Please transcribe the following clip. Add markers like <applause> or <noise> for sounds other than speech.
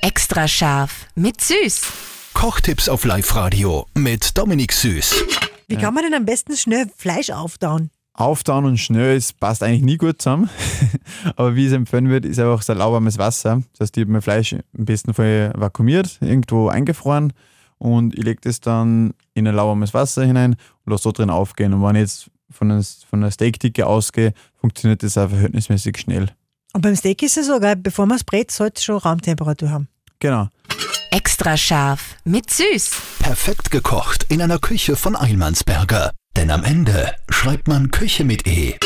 Extra scharf mit Süß. Kochtipps auf Live-Radio mit Dominik Süß. Wie kann man denn am besten schnell Fleisch auftauen? Auftauen und schnell, es passt eigentlich nie gut zusammen. <laughs> Aber wie ich es empfehlen wird, ist einfach so lauwarmes Wasser. Das heißt, ich habe mein Fleisch im besten Fall vakuumiert, irgendwo eingefroren und ich lege das dann in ein lauwarmes Wasser hinein und lasse so drin aufgehen. Und wenn ich jetzt von einer, von einer Steakdicke ausgehe, funktioniert das auch verhältnismäßig schnell. Und beim Steak ist es so, gell, bevor man es brät, sollte es schon Raumtemperatur haben. Genau. Extra scharf mit Süß. Perfekt gekocht in einer Küche von Eilmannsberger. Denn am Ende schreibt man Küche mit E.